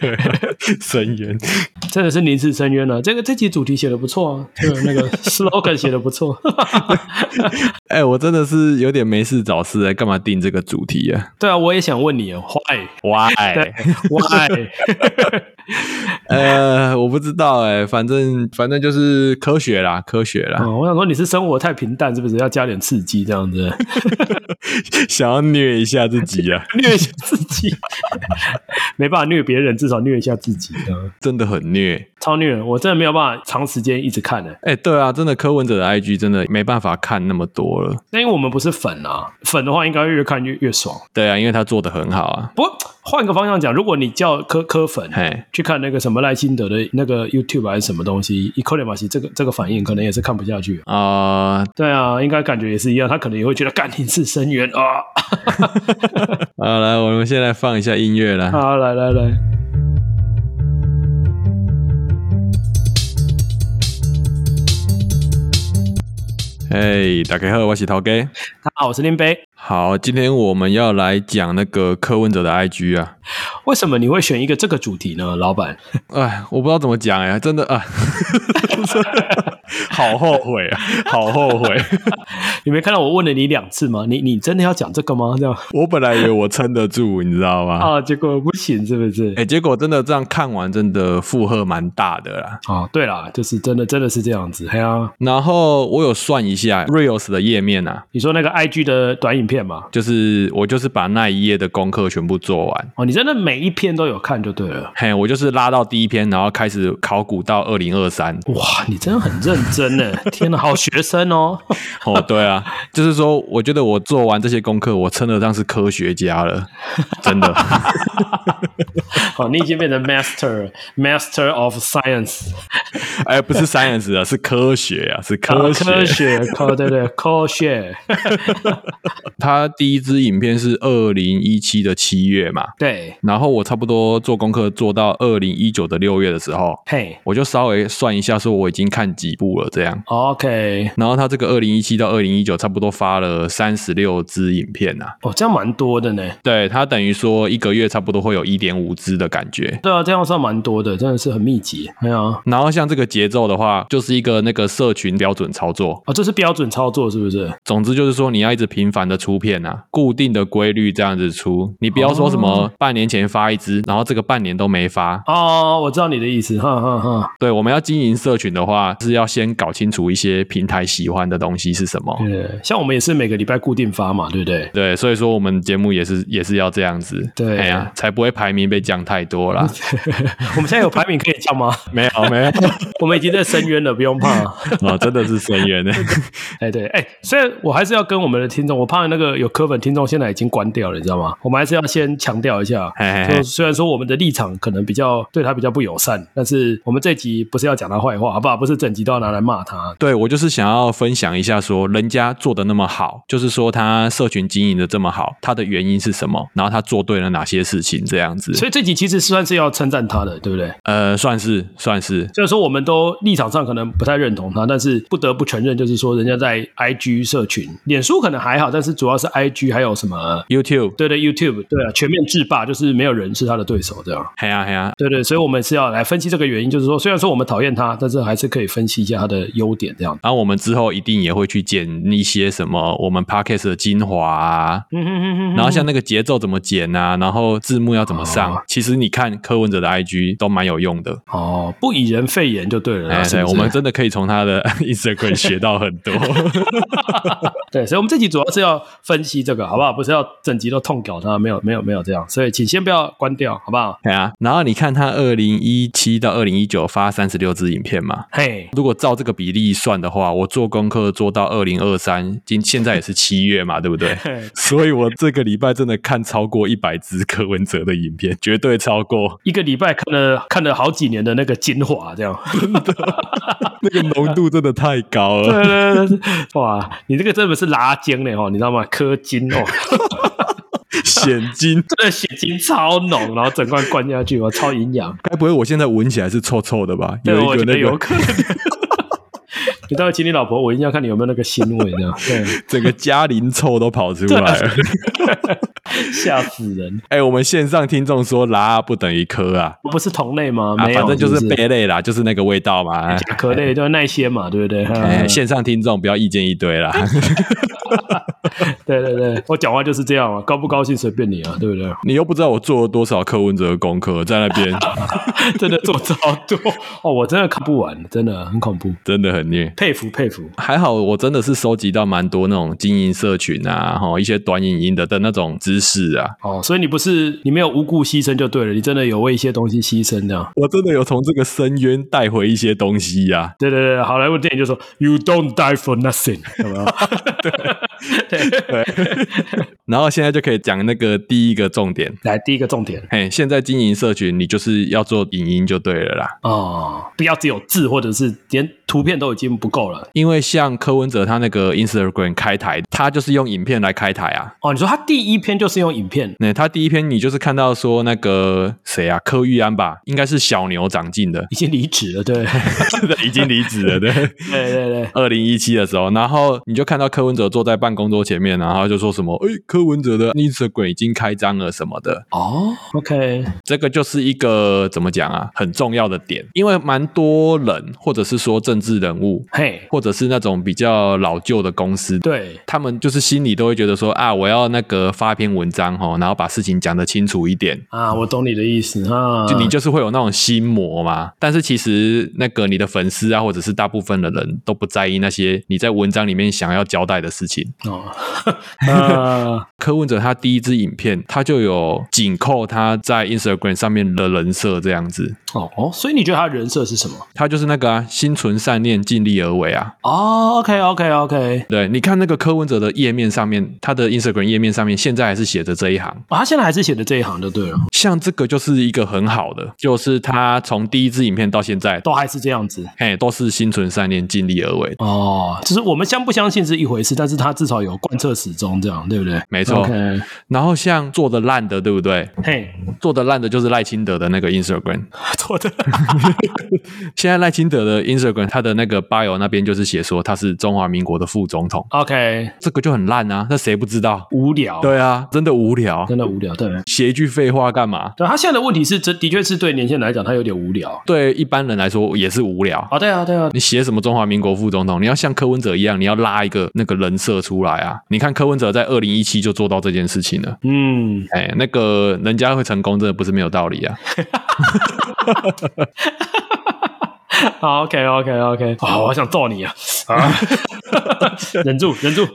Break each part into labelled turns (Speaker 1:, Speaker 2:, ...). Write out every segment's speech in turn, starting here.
Speaker 1: 对、啊，深渊，
Speaker 2: 真的是临时深渊了、啊。这个这集主题写的不错 啊，这个那个 slogan 写的不错。
Speaker 1: 哎欸，我真的是有点没事找事哎、欸，干嘛定这个主题啊？
Speaker 2: 对啊，我也想问你啊
Speaker 1: ，why，why，why？呃，我不知道哎、欸，反正反正就是科学啦，科学啦、
Speaker 2: 嗯。我想说你是生活太平淡，是不是要加点刺激这样子？
Speaker 1: 想要虐一下自己啊，
Speaker 2: 虐一下自己， 没办法虐别人，至少虐一下自己啊，
Speaker 1: 真的很虐，
Speaker 2: 超虐！我真的没有办法长时间一直看的、欸。
Speaker 1: 哎、欸，对啊，真的柯文哲的 IG 真的没办法看那么多了。
Speaker 2: 那因为我们不是粉啊，粉的话应该越看越越爽。
Speaker 1: 对啊，因为他做的很好啊。
Speaker 2: 不过换个方向讲，如果你叫柯柯粉去看那个什么赖清德的那个 YouTube 还是什么东西，一扣脸马西这个这个反应可能也是看不下去
Speaker 1: 啊。呃、
Speaker 2: 对啊，应该感觉也是一样，他可能也会觉得干你是深渊啊。
Speaker 1: 好，来，我们先来放一下音乐来。
Speaker 2: 好，来来来。
Speaker 1: 嘿，打开后我是陶哥。
Speaker 2: 大家好，我是林北。
Speaker 1: 好，今天我们要来讲那个柯文哲的 IG 啊。
Speaker 2: 为什么你会选一个这个主题呢，老板？
Speaker 1: 哎，我不知道怎么讲哎、欸，真的 啊。好后悔啊！好后悔！
Speaker 2: 你没看到我问了你两次吗？你你真的要讲这个吗？这样，
Speaker 1: 我本来以为我撑得住，你知道吗？
Speaker 2: 啊，结果不行，是不是？
Speaker 1: 哦哎、欸，结果真的这样看完，真的负荷蛮大的啦。
Speaker 2: 啊，对啦，就是真的，真的是这样子。哎呀、啊，
Speaker 1: 然后我有算一下 Reels 的页面啊，
Speaker 2: 你说那个 IG 的短影片嘛，
Speaker 1: 就是我就是把那一页的功课全部做完。
Speaker 2: 哦，你真的每一篇都有看就对了。
Speaker 1: 嘿，我就是拉到第一篇，然后开始考古到二零二三。
Speaker 2: 哇，你真的很认。真 的，天哪，好学生哦！
Speaker 1: 哦，对啊，就是说，我觉得我做完这些功课，我称得上是科学家了，真的。
Speaker 2: 哦，你已经变成 master master of science。
Speaker 1: 哎，不是 science 啊，是科学啊，是科
Speaker 2: 学，科学，科对对，科学。
Speaker 1: 他第一支影片是二零一七的七月嘛，
Speaker 2: 对。
Speaker 1: 然后我差不多做功课做到二零一九的六月的时候，
Speaker 2: 嘿，
Speaker 1: 我就稍微算一下，说我已经看几部。了这样
Speaker 2: ，OK。
Speaker 1: 然后他这个二零一七到二零一九，差不多发了三十六支影片呐、啊。
Speaker 2: 哦，这样蛮多的呢。
Speaker 1: 对，他等于说一个月差不多会有一点五支的感觉。
Speaker 2: 对啊，这样算蛮多的，真的是很密集。没有、啊。
Speaker 1: 然后像这个节奏的话，就是一个那个社群标准操作。
Speaker 2: 哦，这是标准操作是不是？
Speaker 1: 总之就是说你要一直频繁的出片啊，固定的规律这样子出，你不要说什么半年前发一支，然后这个半年都没发。
Speaker 2: 哦，我知道你的意思。哈哈哈。
Speaker 1: 对，我们要经营社群的话是要。先搞清楚一些平台喜欢的东西是什么。
Speaker 2: 对，像我们也是每个礼拜固定发嘛，对不对？
Speaker 1: 对，所以说我们节目也是也是要这样子。
Speaker 2: 对，
Speaker 1: 哎呀，才不会排名被降太多啦。
Speaker 2: 我们现在有排名可以降吗？
Speaker 1: 没有，没有，
Speaker 2: 我们已经在深渊了，不用怕。
Speaker 1: 哦，真的是深渊呢。
Speaker 2: 哎，对，哎，虽然我还是要跟我们的听众，我怕那个有科粉听众现在已经关掉了，你知道吗？我们还是要先强调一下，
Speaker 1: 哎
Speaker 2: 就虽然说我们的立场可能比较对他比较不友善，但是我们这集不是要讲他坏话，好不好？不是整集都要拿。来骂他，
Speaker 1: 对我就是想要分享一下说，说人家做的那么好，就是说他社群经营的这么好，他的原因是什么？然后他做对了哪些事情？这样子，
Speaker 2: 所以这集其实算是要称赞他的，对不对？
Speaker 1: 呃，算是算是，
Speaker 2: 就是说我们都立场上可能不太认同他，但是不得不承认，就是说人家在 IG 社群、脸书可能还好，但是主要是 IG 还有什么
Speaker 1: YouTube，
Speaker 2: 对对 YouTube，对啊，全面制霸，就是没有人是他的对手，这样。
Speaker 1: 嘿呀嘿呀，
Speaker 2: 对对，所以我们是要来分析这个原因，就是说虽然说我们讨厌他，但是还是可以分析一下。它的优点这样，
Speaker 1: 然后、啊、我们之后一定也会去剪一些什么我们 podcast 的精华啊，嗯嗯嗯嗯，然后像那个节奏怎么剪啊，然后字幕要怎么上，哦、其实你看柯文哲的 IG 都蛮有用的
Speaker 2: 哦，不以人废言就对了，哎、
Speaker 1: 对，我们真的可以从他的 Instagram 学到很多。
Speaker 2: 对，所以我们这集主要是要分析这个，好不好？不是要整集都痛搞他，没有没有没有这样，所以请先不要关掉，好不好？
Speaker 1: 对啊，然后你看他二零一七到二零一九发三十六支影片嘛，
Speaker 2: 嘿，
Speaker 1: 如果照这个比例算的话，我做功课做到二零二三，今现在也是七月嘛，对不对？所以我这个礼拜真的看超过一百支柯文哲的影片，绝对超过
Speaker 2: 一个礼拜看了看了好几年的那个精华，这样
Speaker 1: 真的那个浓度真的太高了。
Speaker 2: 对啊对对， 哇，你这个真的是拉精嘞哦，你知道吗？柯金哦。
Speaker 1: 血精，
Speaker 2: 这个血精超浓，然后整罐灌下去，我超营养。
Speaker 1: 该不会我现在闻起来是臭臭的吧？
Speaker 2: 对，
Speaker 1: 有一
Speaker 2: 我觉
Speaker 1: 得
Speaker 2: 有可能。 你待会请你老 婆闻一下，看你有没有那个腥味，这样。对，啊
Speaker 1: 整个家邻臭都跑出来了。
Speaker 2: 吓死人！
Speaker 1: 哎、我们线上听众说拉不等于科啊，
Speaker 2: 不是同类吗？
Speaker 1: 啊，
Speaker 2: 没有，
Speaker 1: 反正就是
Speaker 2: 是哎不是
Speaker 1: 贝类啦，就是那个味道嘛。
Speaker 2: 甲壳类，就是那些嘛，对不对？
Speaker 1: 哎，
Speaker 2: 嗯
Speaker 1: 线上听众不要意见一堆啦。
Speaker 2: 对对对，我讲话就是这样嘛，高不高兴随便你啊，对不对？
Speaker 1: 你又不知道我做了多少柯文哲的功课，在那边
Speaker 2: 真的做超多 哦，我真的看不完，真的很恐怖，
Speaker 1: 真的很虐。
Speaker 2: 佩服佩服。
Speaker 1: 还好我真的是收集到蛮多那种经营社群啊，哈，一些短影音的的那种知识啊，
Speaker 2: 哦，所以你不是你没有无故牺牲就对了，你真的有为一些东西牺牲这样。
Speaker 1: 我真的有从这个深渊带回一些东西啊呀、
Speaker 2: 对对对，好莱坞电影就说 “You don't die for nothing”，有 没有？对对，
Speaker 1: 然后现在就可以讲那个第一个重点，
Speaker 2: 来第一个重点
Speaker 1: 嘿，现在经营社群，你就是要做影音就对了啦。
Speaker 2: 哦，不要只有字或者是连图片都已经不够了。
Speaker 1: 因为像柯文哲他那个 Instagram 开台，他就是用影片来开台啊。
Speaker 2: 哦，你说他第一篇就是用影片，，
Speaker 1: 那、他第一篇你就是看到说那个谁啊，柯玉安吧，应该是小牛长进的
Speaker 2: 已经离职了，对
Speaker 1: 已经离职了，对。
Speaker 2: 对对对，
Speaker 1: 二零一七的时候，然后你就看到柯文哲坐在办公桌前面，然后就说什么：“哎，柯文哲的 Instagram 已经开张了什么的。”
Speaker 2: 哦，OK，
Speaker 1: 这个就是一个怎么讲啊，很重要的点，因为蛮多人，或者是说政治人物，
Speaker 2: 嘿，
Speaker 1: 或者是那种比较老旧的公司，
Speaker 2: 对，
Speaker 1: 他们就是心里都会觉得说啊，我要那个发一篇文章哦，然后把事情讲得清楚一点。
Speaker 2: 啊，我懂你的意思啊，
Speaker 1: 就你就是会有那种心魔嘛，但是其实那个你的粉丝啊，或者是大部分的人都不在意那些你在文章里面想要交代的事情。
Speaker 2: 哦， 啊，
Speaker 1: 柯文哲他第一支影片，他就有紧扣他在 Instagram 上面的人设这样子，
Speaker 2: 哦哦，所以你觉得他的人设是什么？
Speaker 1: 他就是那个啊，心存善念，尽力而为啊。
Speaker 2: 哦，OK，OK，OK，
Speaker 1: 对，你看那个柯文哲的页面上面，他的 Instagram 页面上面现在还是写着这一行。
Speaker 2: 哦他现在还是写的这一行就对了，
Speaker 1: 像这个就是一个很好的，就是他从第一支影片到现在，
Speaker 2: 都还是这样子。
Speaker 1: 嘿，都是心存善念，尽力而为。
Speaker 2: 哦，就是我们相不相信是一回事，但是他至少有贯彻始终，这样对不对？
Speaker 1: 没错
Speaker 2: OK，
Speaker 1: 然后像做的烂的，对不对？
Speaker 2: 嘿，
Speaker 1: 做的烂的就是赖清德的那个 Instagram。
Speaker 2: 错 的。
Speaker 1: 现在赖清德的 Instagram，他的那个 bio 那边就是写说他是中华民国的副总统，
Speaker 2: OK，
Speaker 1: 这个就很烂啊，那谁不知道？
Speaker 2: 无聊，，
Speaker 1: 对啊，真的无聊，
Speaker 2: 真的无聊，对。
Speaker 1: 写一句废话干嘛？
Speaker 2: 对他现在的问题是，这的确是对年轻人来讲，他有点无聊。
Speaker 1: 对一般人来说也是无聊。
Speaker 2: 哦，对啊，对啊，
Speaker 1: 你写什么中华民国副总统？你要像柯文哲一样，你要拉一个那个人设出来啊！你看柯文哲在二零一七就做到这件事情了，
Speaker 2: 嗯，
Speaker 1: 哎，那个人家会成功，真的不是没有道理啊！
Speaker 2: 好，OK，OK，OK，好，我想揍你啊！啊， 忍住，忍住，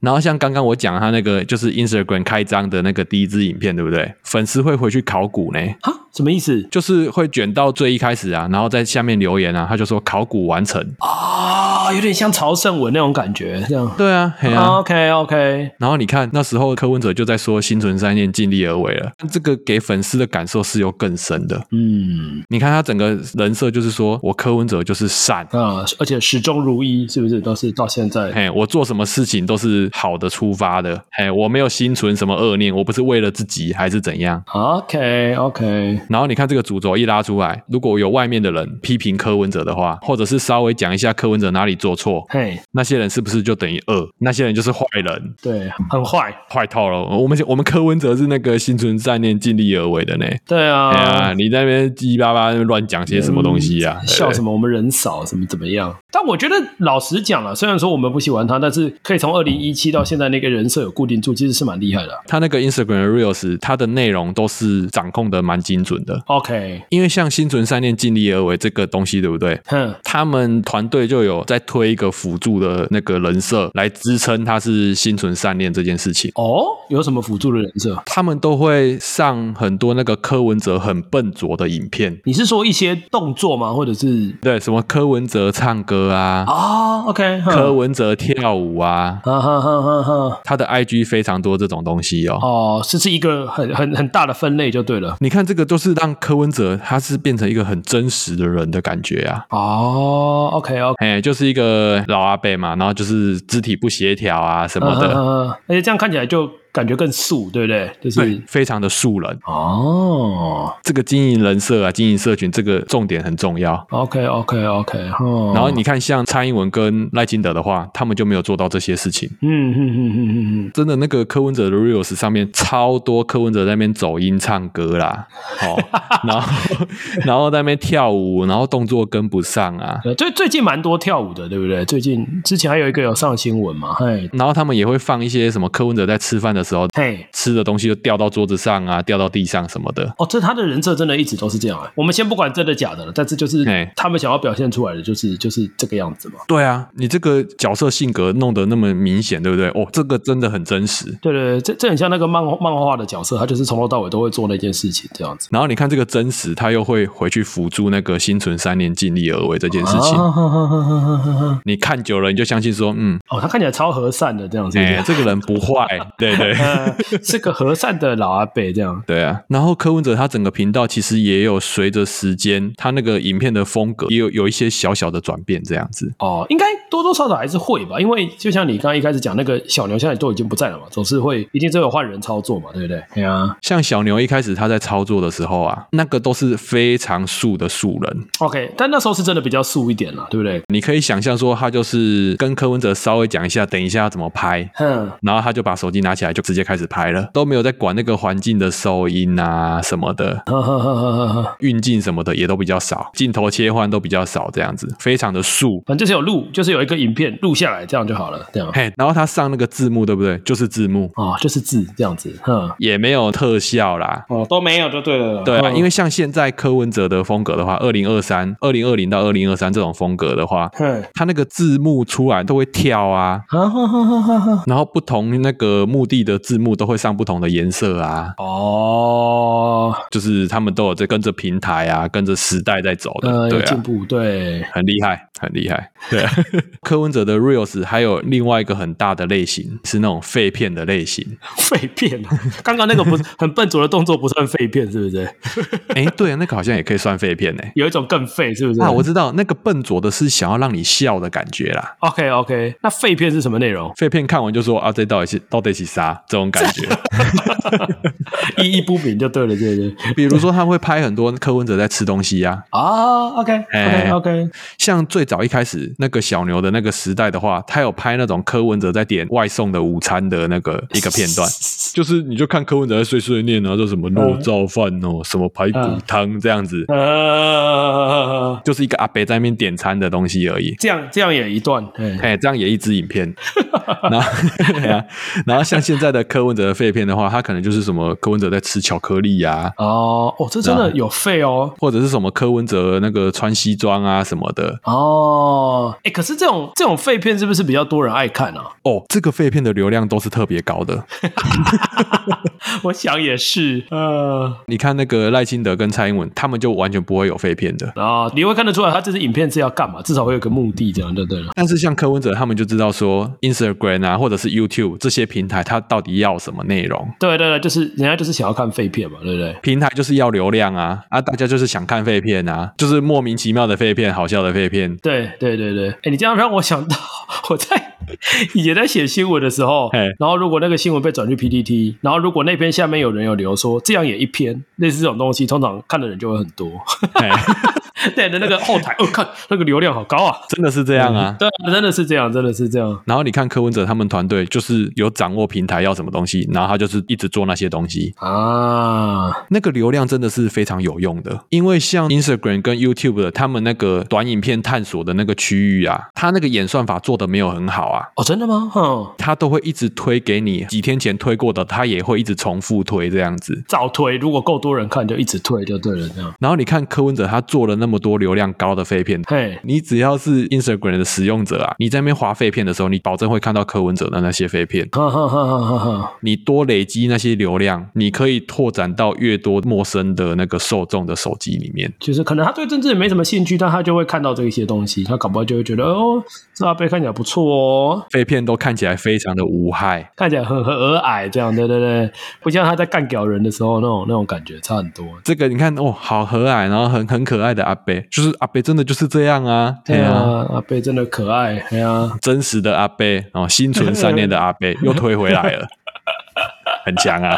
Speaker 1: 然后像刚刚我讲他那个就是 Instagram 开张的那个第一支影片，对不对？粉丝会回去考古呢，
Speaker 2: 啊，什么意思？
Speaker 1: 就是会卷到最一开始啊，然后在下面留言啊，他就说考古完成。
Speaker 2: 啊、有点像曹胜文那种感觉，这样。
Speaker 1: 对啊，嘿啊。
Speaker 2: OK OK，
Speaker 1: 然后你看，那时候柯文哲就在说心存善念，尽力而为了。这个给粉丝的感受是有更深的。
Speaker 2: 嗯
Speaker 1: 你看他整个人设就是说我柯文哲就是善，
Speaker 2: 啊，而且始终如一，是不是都是到现在？
Speaker 1: 嘿，我做什么事情都是好的出发的，嘿，我没有心存什么恶念，我不是为了自己还是怎样。
Speaker 2: OK OK，
Speaker 1: 然后你看这个主轴一拉出来，如果有外面的人批评柯文哲的话，或者是稍微讲一下柯文哲哪里做错，
Speaker 2: 嘿，
Speaker 1: 那些人是不是就等于恶？那些人就是坏人，
Speaker 2: 对，很坏，
Speaker 1: 坏透了。我们我们柯文哲是那个心存善念、尽力而为的呢。
Speaker 2: 对
Speaker 1: 哎
Speaker 2: 啊，
Speaker 1: 呀，你在那边叽叽巴巴在那边乱讲些什么东西呀、啊？
Speaker 2: 嗯笑什么？我们人少，什么怎么样？但我觉得老实讲啊了，虽然说我们不喜欢他，但是可以从二零一七到现在那个人设有固定住，其实是蛮厉害的。
Speaker 1: 呃他那个 Instagram 的 Reels，它的内容都是掌控的蛮精准的。
Speaker 2: OK，
Speaker 1: 因为像心存善念、尽力而为这个东西，对不对？
Speaker 2: 哼，
Speaker 1: 他们团队就有在推一个辅助的那个人设来支撑他是心存善念这件事情。
Speaker 2: 哦，有什么辅助的人设？
Speaker 1: 他们都会上很多那个柯文哲很笨拙的影片，
Speaker 2: 你是说一些动作吗？或者是
Speaker 1: 对，什么柯文哲唱歌啊，
Speaker 2: 啊？OK，哼
Speaker 1: 柯文哲跳舞啊，
Speaker 2: 哈哈哈哈哈。
Speaker 1: 他的 IG 非常多这种东西哦。
Speaker 2: 哦，这是一个很很很大的分类就对了。
Speaker 1: 你看，这个就是让柯文哲他是变成一个很真实的人的感觉啊，
Speaker 2: 哦，OK OK，
Speaker 1: 哎，就是一个老阿伯嘛，然后就是肢体不协调啊什
Speaker 2: 嗯
Speaker 1: 么
Speaker 2: 哼
Speaker 1: 的，
Speaker 2: 哼哼而且这样看起来就感觉更素，对不对？就是
Speaker 1: 对，非常的素人。
Speaker 2: 哦
Speaker 1: 这个经营人设啊，经营社群这个重点很重要。
Speaker 2: ，OK OK OK，哦，
Speaker 1: 然后你看，像蔡英文跟赖清德的话，他们就没有做到这些事情。
Speaker 2: 嗯，嗯嗯嗯嗯嗯
Speaker 1: 真的，那个柯文哲的 reels 上面超多柯文哲在那边走音唱歌啦， 哦，然后然后在那边跳舞，然后动作跟不上啊，
Speaker 2: 嗯，最最近蛮多跳舞的，对不对？最近之前还有一个有上新闻嘛，嘿，
Speaker 1: 然后他们也会放一些什么柯文哲在吃饭的时候
Speaker 2: 嘿。
Speaker 1: 吃的东西就掉到桌子上啊，掉到地上什么的。
Speaker 2: 哦，这他的人设真的一直都是这样、欸。我们先不管真的假的了，但是就是
Speaker 1: 嘿
Speaker 2: 他们想要表现出来的，就是就是这个样子嘛。
Speaker 1: 对啊，你这个角色性格弄得那么明显，对不对？哦，这个真的很真实。
Speaker 2: 对对对，这这很像那个漫漫画的角色，他就是从头到尾都会做那件事情这样子。
Speaker 1: 然后你看这个真实，他又会回去辅助那个心存三年尽力而为这件事情。
Speaker 2: 啊哈哈哈哈哈哈哈
Speaker 1: 你看久了，你就相信说， 嗯，
Speaker 2: 哦，他看起来超和善的这样子，
Speaker 1: 哎、这个人不坏，对对。
Speaker 2: 呃，是个和善的老阿伯这样。
Speaker 1: 对啊，然后柯文哲他整个频道其实也有随着时间，他那个影片的风格也有有一些小小的转变，这样子。
Speaker 2: 哦，应该多多少少还是会吧，因为就像你刚刚一开始讲，那个小牛现在都已经不在了嘛，总是会一定都有换人操作嘛，对不对？对啊。
Speaker 1: 像小牛一开始他在操作的时候啊，那个都是非常素的素人，
Speaker 2: OK，但那时候是真的比较素一点啦，对不对？
Speaker 1: 你可以想象说他就是跟柯文哲稍微讲一下，等一下要怎么拍，
Speaker 2: 哼，
Speaker 1: 然后他就把手机拿起来就直接开始拍了，都没有在管那个环境的收音啊什么的，
Speaker 2: 呵呵呵呵呵呵，
Speaker 1: 运镜什么的也都比较少，镜头切换都比较少，这样子非常的素。
Speaker 2: 反正就是有录，就是有一个影片录下来，这样就好了，这样。
Speaker 1: 嘿，然后他上那个字幕对不对？就是字幕，
Speaker 2: 哦，就是字这样子，哼。
Speaker 1: 也没有特效啦，
Speaker 2: 哦，都没有就对了。
Speaker 1: 对啊，
Speaker 2: 嗯
Speaker 1: 因为像现在柯文哲的风格的话，二零二三、二零二零到二零二三这种风格的话，
Speaker 2: 哼，
Speaker 1: 它那个字幕出来都会跳啊，
Speaker 2: 啊哈哈哈哈哈。
Speaker 1: 然后不同那个目的的字幕都会上不同的颜色啊，
Speaker 2: 哦，
Speaker 1: 就是他们都有在跟着平台啊，跟着时代在走的，
Speaker 2: 呃，有
Speaker 1: 对
Speaker 2: 进
Speaker 1: 啊。
Speaker 2: 步，对，
Speaker 1: 很厉害，很厉害。对、啊， 柯文哲的 reels 还有另外一个很大的类型是那种废片的类型。
Speaker 2: 废片啊！刚刚那个不是很笨拙的动作不算废片，是不是？
Speaker 1: 哎，对、啊，那个好像也可以算废片呢、
Speaker 2: 有一种更废，是不是？
Speaker 1: 啊，我知道那个笨拙的是想要让你笑的感觉啦。？
Speaker 2: OK OK，那废片是什么内容
Speaker 1: 废片看完就说啊，这到底是到底是啥这种感 觉？
Speaker 2: 意义不明就对了，对对对。
Speaker 1: 比如说他会拍很多柯文哲在吃东西呀、
Speaker 2: 啊，OK OK
Speaker 1: 哎
Speaker 2: OK，
Speaker 1: 像最早一开始那个小牛的那个时代的话，他有拍那种柯文哲在点外送的午餐的那个一个片段， 就是你就看柯文哲在碎碎念啊，然后说什么肉燥饭哦，什么排骨汤这样子，
Speaker 2: 呃，
Speaker 1: 就是一个阿伯在那边点餐的东西而已。
Speaker 2: 这样这样也一段，哎，
Speaker 1: 哎，这样也一支影 片，然后、对啊然后像现在的柯文哲的废片的话，他可能就是什么柯文哲在吃巧克力呀、
Speaker 2: 哦哦，这真
Speaker 1: 啊
Speaker 2: 的有废哦。
Speaker 1: 或者是什么柯文哲那个穿西装啊什么的
Speaker 2: 哦，哎，可是这种这种废片是不是比较多人爱看啊？
Speaker 1: 哦，这个废片的流量都是特别高的。
Speaker 2: 我想也是，呃，
Speaker 1: 你看那个赖清德跟蔡英文，他们就完全不会有废片的。
Speaker 2: 然后哦你会看得出来，他这支影片是要干嘛？至少会有个目的，这样就对了。
Speaker 1: 但是像柯文哲，他们就知道说 Instagram 啊，或者是 YouTube 这些平台，它到底要什么内容？
Speaker 2: 对对对，就是人家就是想要看废片嘛，对不对？
Speaker 1: 平台就是要流量啊啊！大家就是想看废片啊，就是莫名其妙的废片，好笑的废片。
Speaker 2: 对对对对，哎，你这样让我想到我在也在写新闻的时候
Speaker 1: 嘿，
Speaker 2: 然后如果那个新闻被转去 PPT，然后如果那篇下面有人有留说这样也一篇，类似这种东西，通常看的人就会很多。
Speaker 1: 嘿
Speaker 2: 对的，那个后台，哦，看那个流量好高啊！
Speaker 1: 真的是这样啊！
Speaker 2: 对，真的是这样，真的是这样。
Speaker 1: 然后你看柯文哲他们团队，就是有掌握平台要什么东西，然后他就是一直做那些东西。
Speaker 2: 啊，
Speaker 1: 那个流量真的是非常有用的，因为像 Instagram 跟 YouTube 的他们那个短影片探索的那个区域啊，它那个演算法做的没有很好啊，
Speaker 2: 哦，真的吗？哼，
Speaker 1: 它都会一直推给你几天前推过的，它也会一直重复推这样子。
Speaker 2: 照推，如果够多人看，就一直推就对了，这样。
Speaker 1: 然后你看柯文哲他做了那么多流量高的废片，
Speaker 2: 嘿，
Speaker 1: 你只要是 Instagram 的使用者啊，你在那边划废片的时候，你保证会看到柯文哲的那些废片。
Speaker 2: 哈哈哈哈哈哈。
Speaker 1: 你多累积那些流量，你可以拓展到越多陌生的那个受众的手机里面。
Speaker 2: 就是可能他对政治也没什么兴趣，但他就会看到这一些东西，他搞不好就会觉得哦，这阿贝看起来不错哦，
Speaker 1: 废片都看起来非常的无害，
Speaker 2: 看起来很很和蔼，这样对对对，不像他在干屌人的时候那种那种感觉差很多。
Speaker 1: 这个你看哦，好和蔼，然后很很可爱的阿贝，就是阿贝真的就是这样啊，
Speaker 2: 对
Speaker 1: 啊，
Speaker 2: 啊，阿贝真的可爱，哎呀、
Speaker 1: 真实的阿贝，然后心存善念的阿贝又推回来了。很强啊，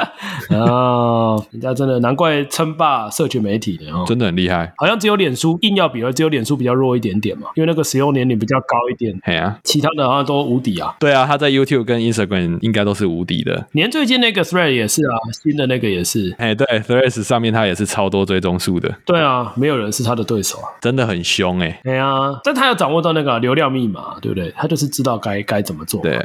Speaker 2: 啊， 人家真的难怪称霸社群媒体的哦，
Speaker 1: 真的很厉害。
Speaker 2: 好像只有脸书硬要比了，只有脸书比较弱一点点嘛，因为那个使用年龄比较高一点，
Speaker 1: 嘿啊，
Speaker 2: 其他的好像都无敌啊。
Speaker 1: 对啊，他在 YouTube 跟 Instagram 应该都是无敌的。
Speaker 2: 连最近那个 Thread 也是啊，新的那个也是，
Speaker 1: 哎，对，Threads 上面他也是超多追踪数的，
Speaker 2: 对啊，没有人是他的对手啊。
Speaker 1: 真的很凶哎、
Speaker 2: 哎呀，但他要掌握到那个啊流量密码，对不对？他就是知道该该怎么做。
Speaker 1: 对，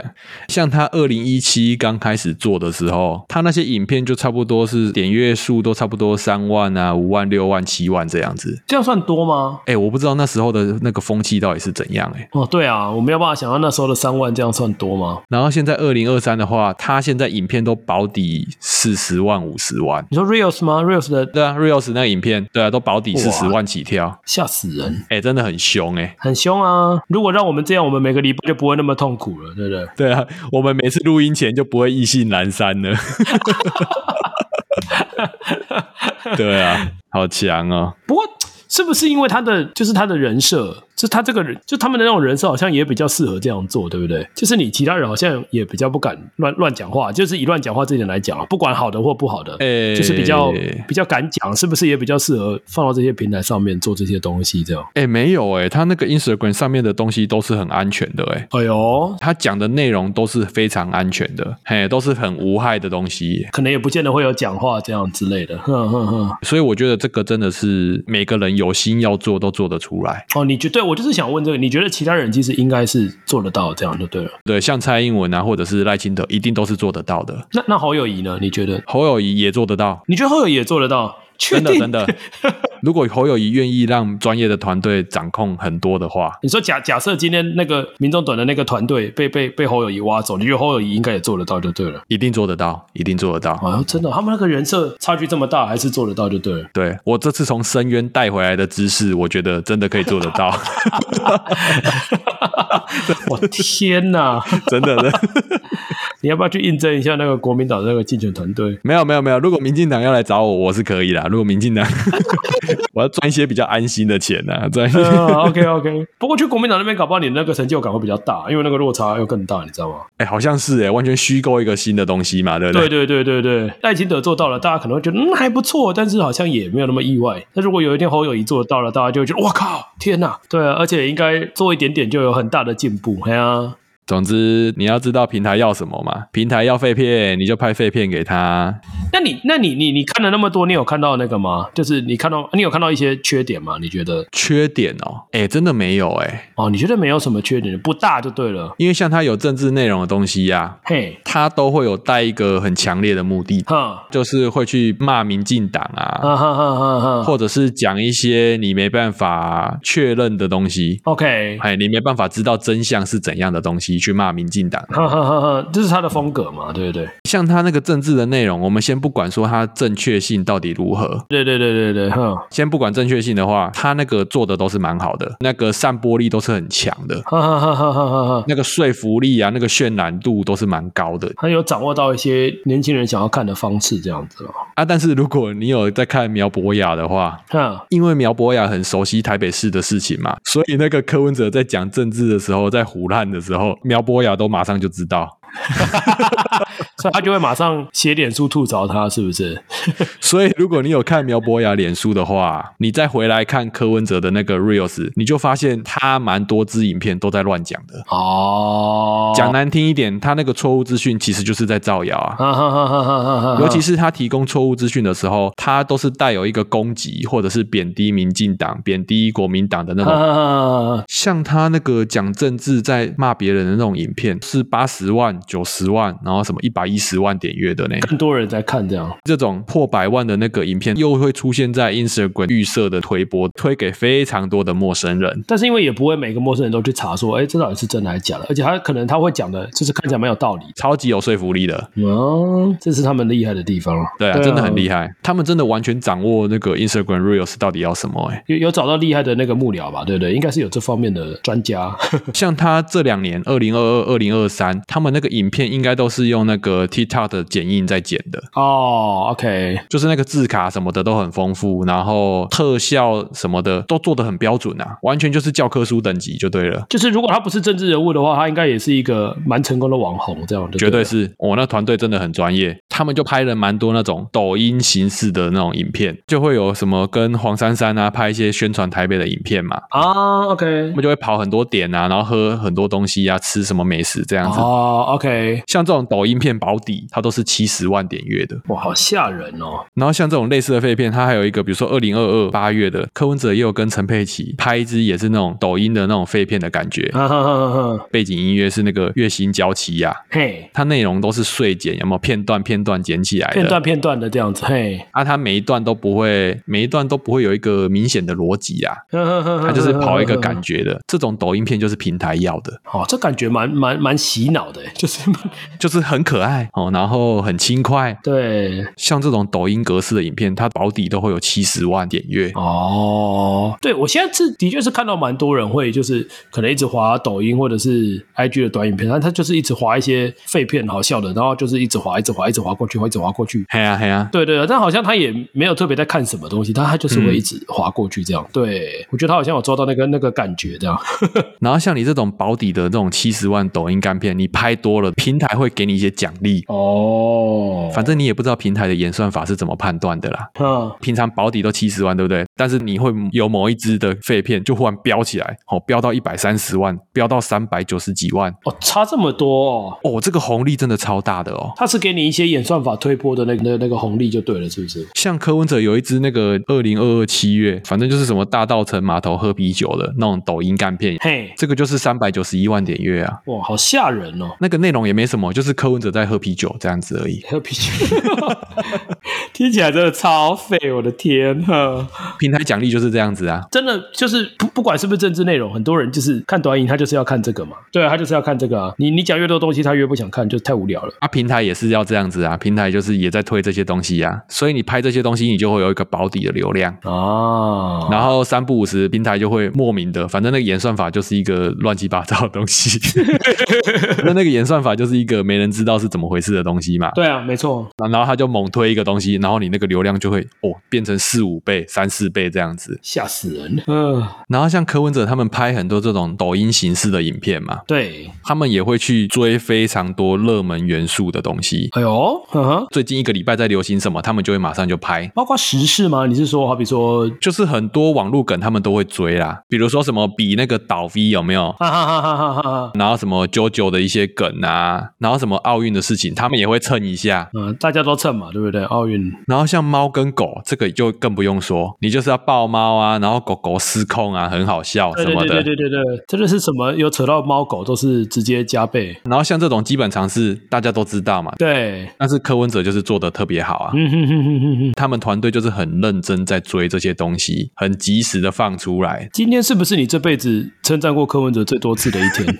Speaker 1: 像他二零一七刚开始做的时候，他那些影片就差不多是点阅数都差不多三万啊、五万、六万、七万这样子。
Speaker 2: 这样算多吗？
Speaker 1: 哎、我不知道那时候的那个风气到底是怎样哎、
Speaker 2: 哦，对啊，我没有办法想象那时候的三万这样算多吗？
Speaker 1: 然后现在二零二三的话，他现在影片都保底四十万、五十万。
Speaker 2: 你说 Reels 吗？Reels 的
Speaker 1: 对啊，Reels 那个影片，对啊，都保底
Speaker 2: 哇
Speaker 1: 四十万起跳，
Speaker 2: 吓死人，
Speaker 1: 哎、真的很凶哎、
Speaker 2: 很凶啊！如果让我们这样，我们每个礼拜就不会那么痛苦了，对不对？
Speaker 1: 对啊，我们每次录音前就不会意兴阑珊了。 对啊，好强 哦！
Speaker 2: 不过。是不是因为他的就是他的人设，就他这个人，就他们的那种人设，好像也比较适合这样做，对不对？就是你其他人好像也比较不敢乱乱讲话，就是以乱讲话这一点来讲啊，不管好的或不好的，
Speaker 1: 诶
Speaker 2: 哎就是比较比较敢讲，是不是也比较适合放到这些平台上面做这些东西？这样，
Speaker 1: 哎、没有哎、他那个 Instagram 上面的东西都是很安全的哎、
Speaker 2: 哎呦，
Speaker 1: 他讲的内容都是非常安全的，嘿，都是很无害的东西，
Speaker 2: 可能也不见得会有讲话这样之类的。哼哼哼。
Speaker 1: 所以我觉得这个真的是每个人有心要做都做得出来。
Speaker 2: 哦，你觉对我就是想问这个，你觉得其他人其实应该是做得到这样就对了。
Speaker 1: 对，像蔡英文啊，或者是赖清德，一定都是做得到的。
Speaker 2: 那那侯友谊呢？你觉得？
Speaker 1: 侯友谊也做得到，
Speaker 2: 你觉得侯友谊也做得到？确
Speaker 1: 真的
Speaker 2: 定
Speaker 1: 真的。如果侯友谊愿意让专业的团队掌控很多的话，
Speaker 2: 你说假假设今天那个民众短的那个团队被被被侯友谊挖走，你觉得侯友谊应该也做得到就对了。
Speaker 1: 一定做得到，一定做得到。
Speaker 2: 啊，真的，他们那个人设差距这么大，还是做得到就对了。
Speaker 1: 对我这次从深渊带回来的知识，我觉得真的可以做得 到，
Speaker 2: 我天哪！
Speaker 1: 真的。真的
Speaker 2: 你要不要去印证一下那个国民党那个竞选团 队？
Speaker 1: 没有没有没有，如果民进党要来找我，我是可以啦。如果民进党， 我要赚一些比较安心的钱呐、啊，赚一些。
Speaker 2: 呃，OK OK。不过去国民党那边，搞不好你那个成就感会比较大，因为那个落差又更大，你知道吗？
Speaker 1: 哎、好像是哎、完全虚构一个新的东西嘛，对不对？
Speaker 2: 对对对对对，赖清德做到了，大家可能会觉得嗯还不错，但是好像也没有那么意外。那如果有一天侯友谊做到了，大家就会觉得哇靠，天哪！对啊，而且应该做一点点就有很大的进步。哎呀，
Speaker 1: 总之你要知道平台要什么嘛，平台要废片，你就拍废片给他。
Speaker 2: 那你那你你你看了那么多，你有看到那个吗？就是你看到你有看到一些缺点吗？你觉得
Speaker 1: 缺点哦，哎、真的没有哎、
Speaker 2: 哦，你觉得没有什么缺点，不大就对了。
Speaker 1: 因为像他有政治内容的东西呀、
Speaker 2: 嘿，
Speaker 1: 他都会有带一个很强烈的目的，
Speaker 2: 哈，
Speaker 1: 就是会去骂民进党啊，
Speaker 2: 哈哈哈哈哈。
Speaker 1: 或者是讲一些你没办法确认的东西。
Speaker 2: OK，
Speaker 1: 哎，你没办法知道真相是怎样的东西，去骂民进党。
Speaker 2: 哈哈哈哈，这是他的风格嘛？对不对？
Speaker 1: 像他那个政治的内容，我们先不管说他正确性到底如何，
Speaker 2: 对对对对对，哈，
Speaker 1: 先不管正确性的话，他那个做的都是蛮好的，那个散播力都是很强的，
Speaker 2: 哈哈哈哈哈哈哈。
Speaker 1: 那个说服力啊，那个渲染度都是蛮高的
Speaker 2: 他有掌握到一些年轻人想要看的方式，这样子哦。
Speaker 1: 啊。但是如果你有在看苗博雅的话，
Speaker 2: 哈，
Speaker 1: 因为苗博雅很熟悉台北市的事情嘛，所以那个柯文哲在讲政治的时候，在胡乱的时候，苗博雅都马上就知道。
Speaker 2: 所以他就会马上写脸书吐槽他，是不是？
Speaker 1: 所以，如果你有看苗博雅脸书的话，你再回来看柯文哲的那个 reels，你就发现他蛮多支影片都在乱讲的。
Speaker 2: 哦，
Speaker 1: 讲难听一点，他那个错误资讯其实就是在造谣啊。
Speaker 2: 哈哈哈哈哈哈哈，
Speaker 1: 尤其是他提供错误资讯的时候，他都是带有一个攻击或者是贬低民进党、贬低国民党的那
Speaker 2: 哈
Speaker 1: 种。
Speaker 2: 哈哈哈
Speaker 1: 像他那个讲政治在骂别人的那种影片，是八十万、九十万，然后什么一百一十万点阅的呢？
Speaker 2: 更多人在看这样。
Speaker 1: 这种破百万的那个影片，又会出现在 Instagram 预设的推播，推给非常多的陌生人。
Speaker 2: 但是因为也不会每个陌生人都去查说，哎，这到底是真的还是假的？而且他可能他会讲的，就是看起来蛮有道理。
Speaker 1: 超级有说服力的，
Speaker 2: 嗯，这是他们厉害的地方了。
Speaker 1: 对啊，真的很厉害。他们真的完全掌握那个 Instagram Reels 到底要什么、欸。
Speaker 2: 有有找到厉害的那个幕僚吧，对不对？应该是有这方面的专家。
Speaker 1: 像他这两年，二零二二、二零二三，他们那个影片应该都是用那个 TikTok 的剪映在剪的，
Speaker 2: 哦，OK，
Speaker 1: 就是那个字卡什么的都很丰富，然后特效什么的都做得很标准啊，完全就是教科书等级就对了。
Speaker 2: 就是如果他不是政治人物的话，他应该也是一个蛮成功的网红，这样
Speaker 1: 绝
Speaker 2: 对
Speaker 1: 对
Speaker 2: 了
Speaker 1: 是我、哦那团队真的很专业，他们就拍了蛮多那种抖音形式的那种影片，就会有什么跟黄珊珊啊拍一些宣传台北的影片嘛，
Speaker 2: 啊，OK，
Speaker 1: 他们就会跑很多点啊，然后喝很多东西啊，吃什么美食这样子。
Speaker 2: 哦，OK，
Speaker 1: 像这种抖音片保底，它都是七十万点阅的。
Speaker 2: 哇，好吓人哦！
Speaker 1: 然后像这种类似的废片，它还有一个，比如说二零二二八月的，柯文哲也有跟陈佩琪拍一支，也是那种抖音的那种废片的感觉，
Speaker 2: 啊哈哈哈哈，
Speaker 1: 背景音乐是那个月薪娇妻呀、
Speaker 2: 嘿，
Speaker 1: 它内容都是碎剪，有没有片段片段剪起来的？
Speaker 2: 片段片段的这样子，嘿，
Speaker 1: 啊，它每一段都不会，每一段都不会有一个明显的逻辑啊，它
Speaker 2: 他
Speaker 1: 就是跑一个
Speaker 2: 嗯
Speaker 1: 感觉的。这种抖音片就是平台要的，
Speaker 2: 哦，这感觉蛮蛮蛮洗脑的，欸就是
Speaker 1: 就是很可爱哦，然后很轻快。
Speaker 2: 对
Speaker 1: 像这种抖音格式的影片，它保底都会有七十万点阅。
Speaker 2: 哦，对我现在是的确是看到蛮多人会就是可能一直滑抖音或者是 IG 的短影片，但他就是一直滑一些废片好笑的，然后就是一直滑一直滑一直滑过去，一直滑过去。
Speaker 1: 嘿呀嘿呀，
Speaker 2: 对对对，但好像他也没有特别在看什么东西，但他就是会一直滑过去这样。对我觉得他好像有抓到那个那个感觉这样。
Speaker 1: 然后像你这种保底的这种七十万抖音干片，你拍多了，平台会给你一些奖励。
Speaker 2: 哦
Speaker 1: 反正你也不知道平台的演算法是怎么判断的啦。
Speaker 2: 嗯，
Speaker 1: 平常保底都七十万，对不对？但是你会有某一支的废片就忽然飙起来，哦，飙到一百三十万，飙到三百九十几万，
Speaker 2: 哦，差这么多哦。
Speaker 1: 哦，这个红利真的超大的哦。
Speaker 2: 他是给你一些演算法推波的那个那那个红利就对了，是不是？
Speaker 1: 像柯文哲有一支那个二零二二七月，反正就是什么大道城码头喝啤酒的那种抖音干片，
Speaker 2: 嘿，
Speaker 1: 这个就是三百九十一万点阅啊。
Speaker 2: 哇，好吓人哦！
Speaker 1: 那个内容也没什么，就是柯文哲在喝啤酒这样子而已。
Speaker 2: 喝啤酒，听起来真的超废，我的天哈！
Speaker 1: 平台奖励就是这样子啊。
Speaker 2: 真的就是不不管是不是政治内容，很多人就是看短影，他就是要看这个嘛，对啊，他就是要看这个啊。你你讲越多东西，他越不想看，就太无聊了。
Speaker 1: 啊，平台也是要这样子啊，平台就是也在推这些东西啊，所以你拍这些东西，你就会有一个保底的流量，
Speaker 2: 啊，
Speaker 1: 然后三不五时平台就会莫名的，反正那个演算法就是一个乱七八糟的东西，那那个演算法就是一个没人知道是怎么回事的东西嘛，
Speaker 2: 对啊，没错，
Speaker 1: 然后他就猛推一个东西，然后你那个流量就会哦变成四五倍、三四倍这样子。
Speaker 2: 吓死人。嗯、
Speaker 1: 然后像柯文哲他们拍很多这种抖音形式的影片嘛，
Speaker 2: 对，
Speaker 1: 他们也会去追非常多热门元素的东西。
Speaker 2: 哎呦，嗯哼，
Speaker 1: 最近一个礼拜在流行什么，他们就会马上就拍。
Speaker 2: 包括时事吗？你是说，好比说，
Speaker 1: 就是很多网络梗他们都会追啦，比如说什么比那个倒 V 有没有，
Speaker 2: 哈哈哈哈哈哈哈。
Speaker 1: 然后什么九九的一些梗啊，然后什么奥运的事情，他们也会蹭一下。
Speaker 2: 嗯，大家都蹭嘛，对不对？奥运
Speaker 1: 然后像猫跟狗，这个就更不用说，你就是要抱猫啊，然后狗狗失控啊，很好笑
Speaker 2: 对
Speaker 1: 什
Speaker 2: 对
Speaker 1: 么
Speaker 2: 对对
Speaker 1: 的。
Speaker 2: 对对对，真的是什么有扯到猫狗都是直接加倍。
Speaker 1: 然后像这种基本常识大家都知道嘛，
Speaker 2: 对，
Speaker 1: 但是柯文哲就是做的特别好啊。
Speaker 2: 嗯哼哼哼哼哼。
Speaker 1: 他们团队就是很认真在追这些东西，很及时的放出来，
Speaker 2: 今天是不是你这辈子称赞过柯文哲最多次的一天？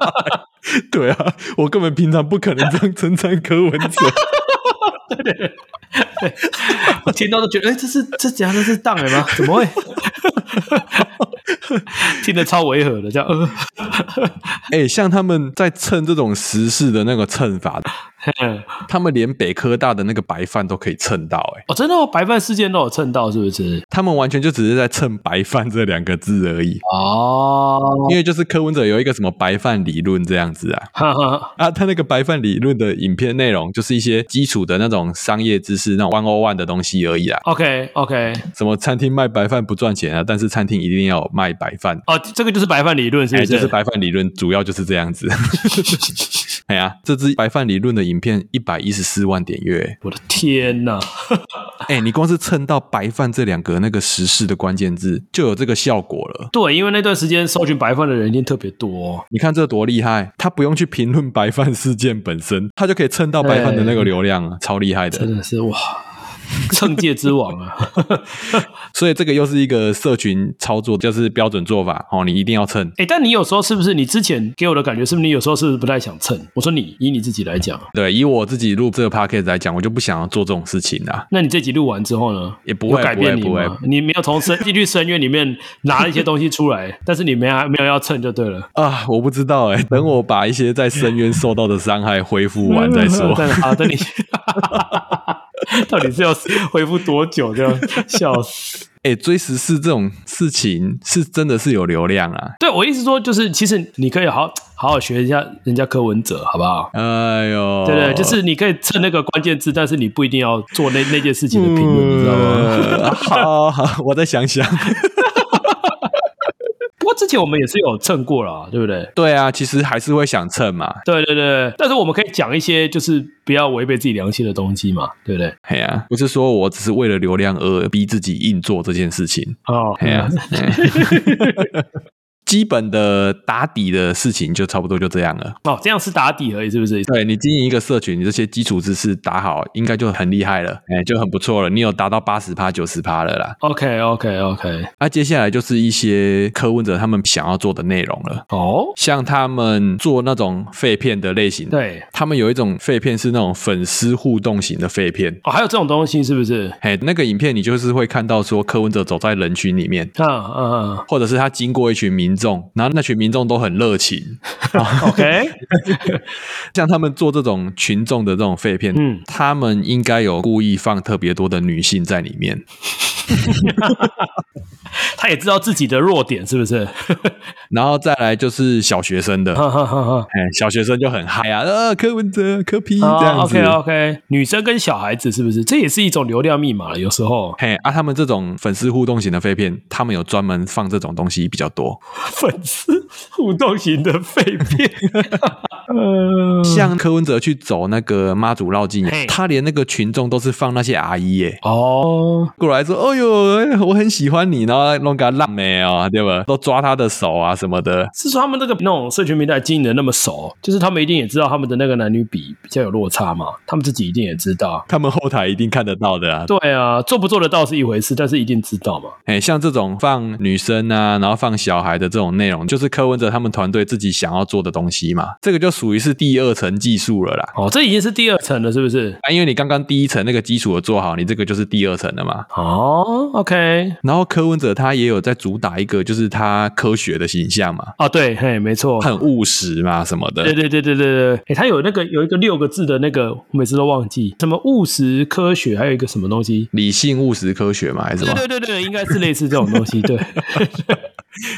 Speaker 1: 对啊，我根本平常不可能这样称赞柯文哲。
Speaker 2: 我听到都觉得，哎、这是这怎样？这是当人吗？ 怎么会？听得超违和的，这样。 呃
Speaker 1: 哎、像他们在蹭这种时事的那个蹭法，
Speaker 2: 嘿
Speaker 1: 他们连北科大的那个白饭都可以蹭到、哎，
Speaker 2: 哦，真的、哦，白饭事件都有蹭到，是不是？
Speaker 1: 他们完全就只是在蹭“白饭”这两个字而已。
Speaker 2: 哦，
Speaker 1: 因为就是柯文哲有一个什么白饭理论这样子啊。
Speaker 2: 哈哈，
Speaker 1: 啊，他那个白饭理论的影片内容就是一些基础的那种商业知识，那种 one o one 的东西而已啦。啊
Speaker 2: OK OK，
Speaker 1: 什么餐厅卖白饭不赚钱啊，但是餐厅一定要有卖白饭，
Speaker 2: 哦，这个就是白饭理论，是
Speaker 1: 哎、
Speaker 2: 不是？
Speaker 1: 就是白饭理论，主要就是这 样子。哎呀，这支白饭理论的影片一百一十四万点阅，
Speaker 2: 我的天呐！
Speaker 1: 哎、你光是蹭到“白饭”这两个那个时事的关键字，就有这个效果了。
Speaker 2: 对，因为那段时间搜寻白饭的人一定特别多、
Speaker 1: 你看这多厉害，他不用去评论白饭事件本身，他就可以蹭到白饭的那个流量啊，超厉害的。
Speaker 2: 真的是哇， 蹭界之王啊！
Speaker 1: 所以这个又是一个社群操作，就是标准做法哦，你一定要蹭。
Speaker 2: 哎、但你有时候是不是你之前给我的感觉，是不是你有时候是不是不太想蹭？我说你以你自己来讲，
Speaker 1: 对，以我自己录这个 podcast 来讲，我就不想要做这种事情啦。
Speaker 2: 那你这集录完之后呢？
Speaker 1: 也不会
Speaker 2: 有改变你
Speaker 1: 不会不
Speaker 2: 吗？你没有从深进去深渊里面拿一些东西出来， 但是你没有没有要蹭就对了。
Speaker 1: 啊，我不知道哎、等我把一些在深渊受到的伤害恢复完再 说。
Speaker 2: 但好，等你到底是要恢复多久？这样笑死。
Speaker 1: 哎、哎、追时事这种事情是真的是有流量啊。
Speaker 2: 对我意思说，就是其实你可以好好好学一下人家柯文哲，好不好？
Speaker 1: 哎呦，
Speaker 2: 对对，就是你可以蹭那个关键字，但是你不一定要做那那件事情的评论，你知道吗？
Speaker 1: 呃 好好，我再想想。
Speaker 2: 不过之前我们也是有蹭过啦，对不对？
Speaker 1: 对啊，其实还是会想蹭嘛。
Speaker 2: 对对对，但是我们可以讲一些就是不要违背自己良心的东西嘛，对不对？
Speaker 1: 哎呀、不是说我只是为了流量而逼自己硬做这件事情。
Speaker 2: 哦，
Speaker 1: 哎呀、啊基本的打底的事情就差不多就这样了。
Speaker 2: 哦，这样是打底而已，是不是？
Speaker 1: 对你经营一个社群，你这些基础知识打好，应该就很厉害了，哎、就很不错了。你有达到八十趴、九十趴了啦。
Speaker 2: OK OK OK，
Speaker 1: 那、啊接下来就是一些柯文哲他们想要做的内容了，
Speaker 2: 哦，
Speaker 1: 像他们做那种废片的类型，，
Speaker 2: 对，
Speaker 1: 他们有一种废片是那种粉丝互动型的废片。
Speaker 2: 哦，还有这种东西是不是？
Speaker 1: 哎，那个影片你就是会看到说柯文哲走在人群里面，
Speaker 2: 啊啊
Speaker 1: 或者是他经过一群民众，然后那群民众都很热情，
Speaker 2: 啊，OK，
Speaker 1: 像他们做这种群众的这种废片，
Speaker 2: 嗯
Speaker 1: 他们应该有故意放特别多的女性在里面。
Speaker 2: 他也知道自己的弱点是不是？
Speaker 1: 然后再来就是小学生的，
Speaker 2: 哈哈哈哈。
Speaker 1: 哎，小学生就很嗨啊，呃，柯文哲、柯 P 嗯
Speaker 2: 哦
Speaker 1: 这样子。
Speaker 2: OK OK，女生跟小孩子是不是？这也是一种流量密码了，有时候
Speaker 1: 嘿啊，他们这种粉丝互动型的废片，他们有专门放这种东西比较多。
Speaker 2: 粉丝互动型的废片，呃，
Speaker 1: 像柯文哲去走那个妈祖绕境
Speaker 2: 嘿，
Speaker 1: 他连那个群众都是放那些阿姨耶
Speaker 2: 哦，
Speaker 1: 过来说：“哦呦，我很喜欢你。”然后弄给他烂没啊，对吧？都抓他的手啊什么的。
Speaker 2: 是说他们那个那种社群平台经营的那么熟，就是他们一定也知道他们的那个男女比比较有落差嘛，他们自己一定也知道。
Speaker 1: 他们后台一定看得到的啊，
Speaker 2: 对啊，做不做得到是一回事，但是一定知道嘛。
Speaker 1: 哎，像这种放女生啊，然后放小孩的这种内容，就是柯文哲他们团队自己想要做的东西嘛。这个就属于是第二层技术了啦。
Speaker 2: 哦，这已经是第二层了，是不是？
Speaker 1: 啊，因为你刚刚第一层那个基础的做好，你这个就是第二层了嘛。
Speaker 2: 哦，OK，
Speaker 1: 然后柯文哲他也有在主打一个，就是他科学的形象嘛，
Speaker 2: 啊，对，嘿，没错，
Speaker 1: 很务实嘛什么
Speaker 2: 对
Speaker 1: 的。
Speaker 2: 对对对对对，诶，它有那个有一个六个字的那个，我每次都忘记，什么务实科学，还有一个什么东西。
Speaker 1: 理性务实科学嘛，还是什
Speaker 2: 对
Speaker 1: 么？
Speaker 2: 对对对，应该是类似这种东西。 对，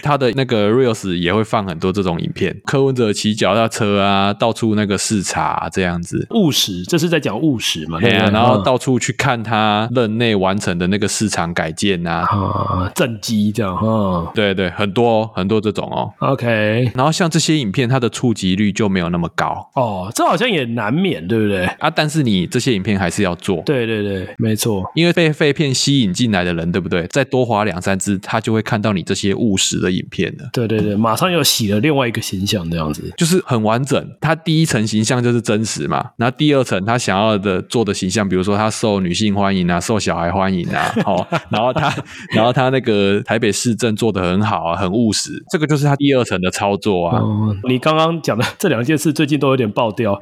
Speaker 1: 他的那个 reels 也会放很多这种影片。柯文哲骑脚踏车啊，到处那个视察啊、这样子。
Speaker 2: 务实，这是在讲务实嘛？
Speaker 1: 对
Speaker 2: 对不
Speaker 1: 啊，
Speaker 2: 对，哦
Speaker 1: 然后到处去看他任内完成的那个市场改建啊，
Speaker 2: 啊正畸这样哈。
Speaker 1: 对对，很多、哦、很多这种哦。
Speaker 2: OK，
Speaker 1: 然后像这些影片，它的触及率就没有那么高
Speaker 2: 哦，这好像也难免，对不对？
Speaker 1: 啊，但是你这些影片还是要做。
Speaker 2: 对对对，没错。
Speaker 1: 因为被废片吸引进来的人，对不对？再多划两三支，他就会看到你这些务实的影片了，
Speaker 2: 对对对，马上又洗了另外一个形象这样子。
Speaker 1: 就是很完整。他第一层形象就是真实嘛，然后第二层他想要的做的形象，比如说他受女性欢迎啊，受小孩欢迎啊， 哦，然后他， 然后他那个台北市政做得很好啊，很务实，这个就是他第二层的操作啊。
Speaker 2: 哦，你刚刚讲的这两件事最近都有点爆掉，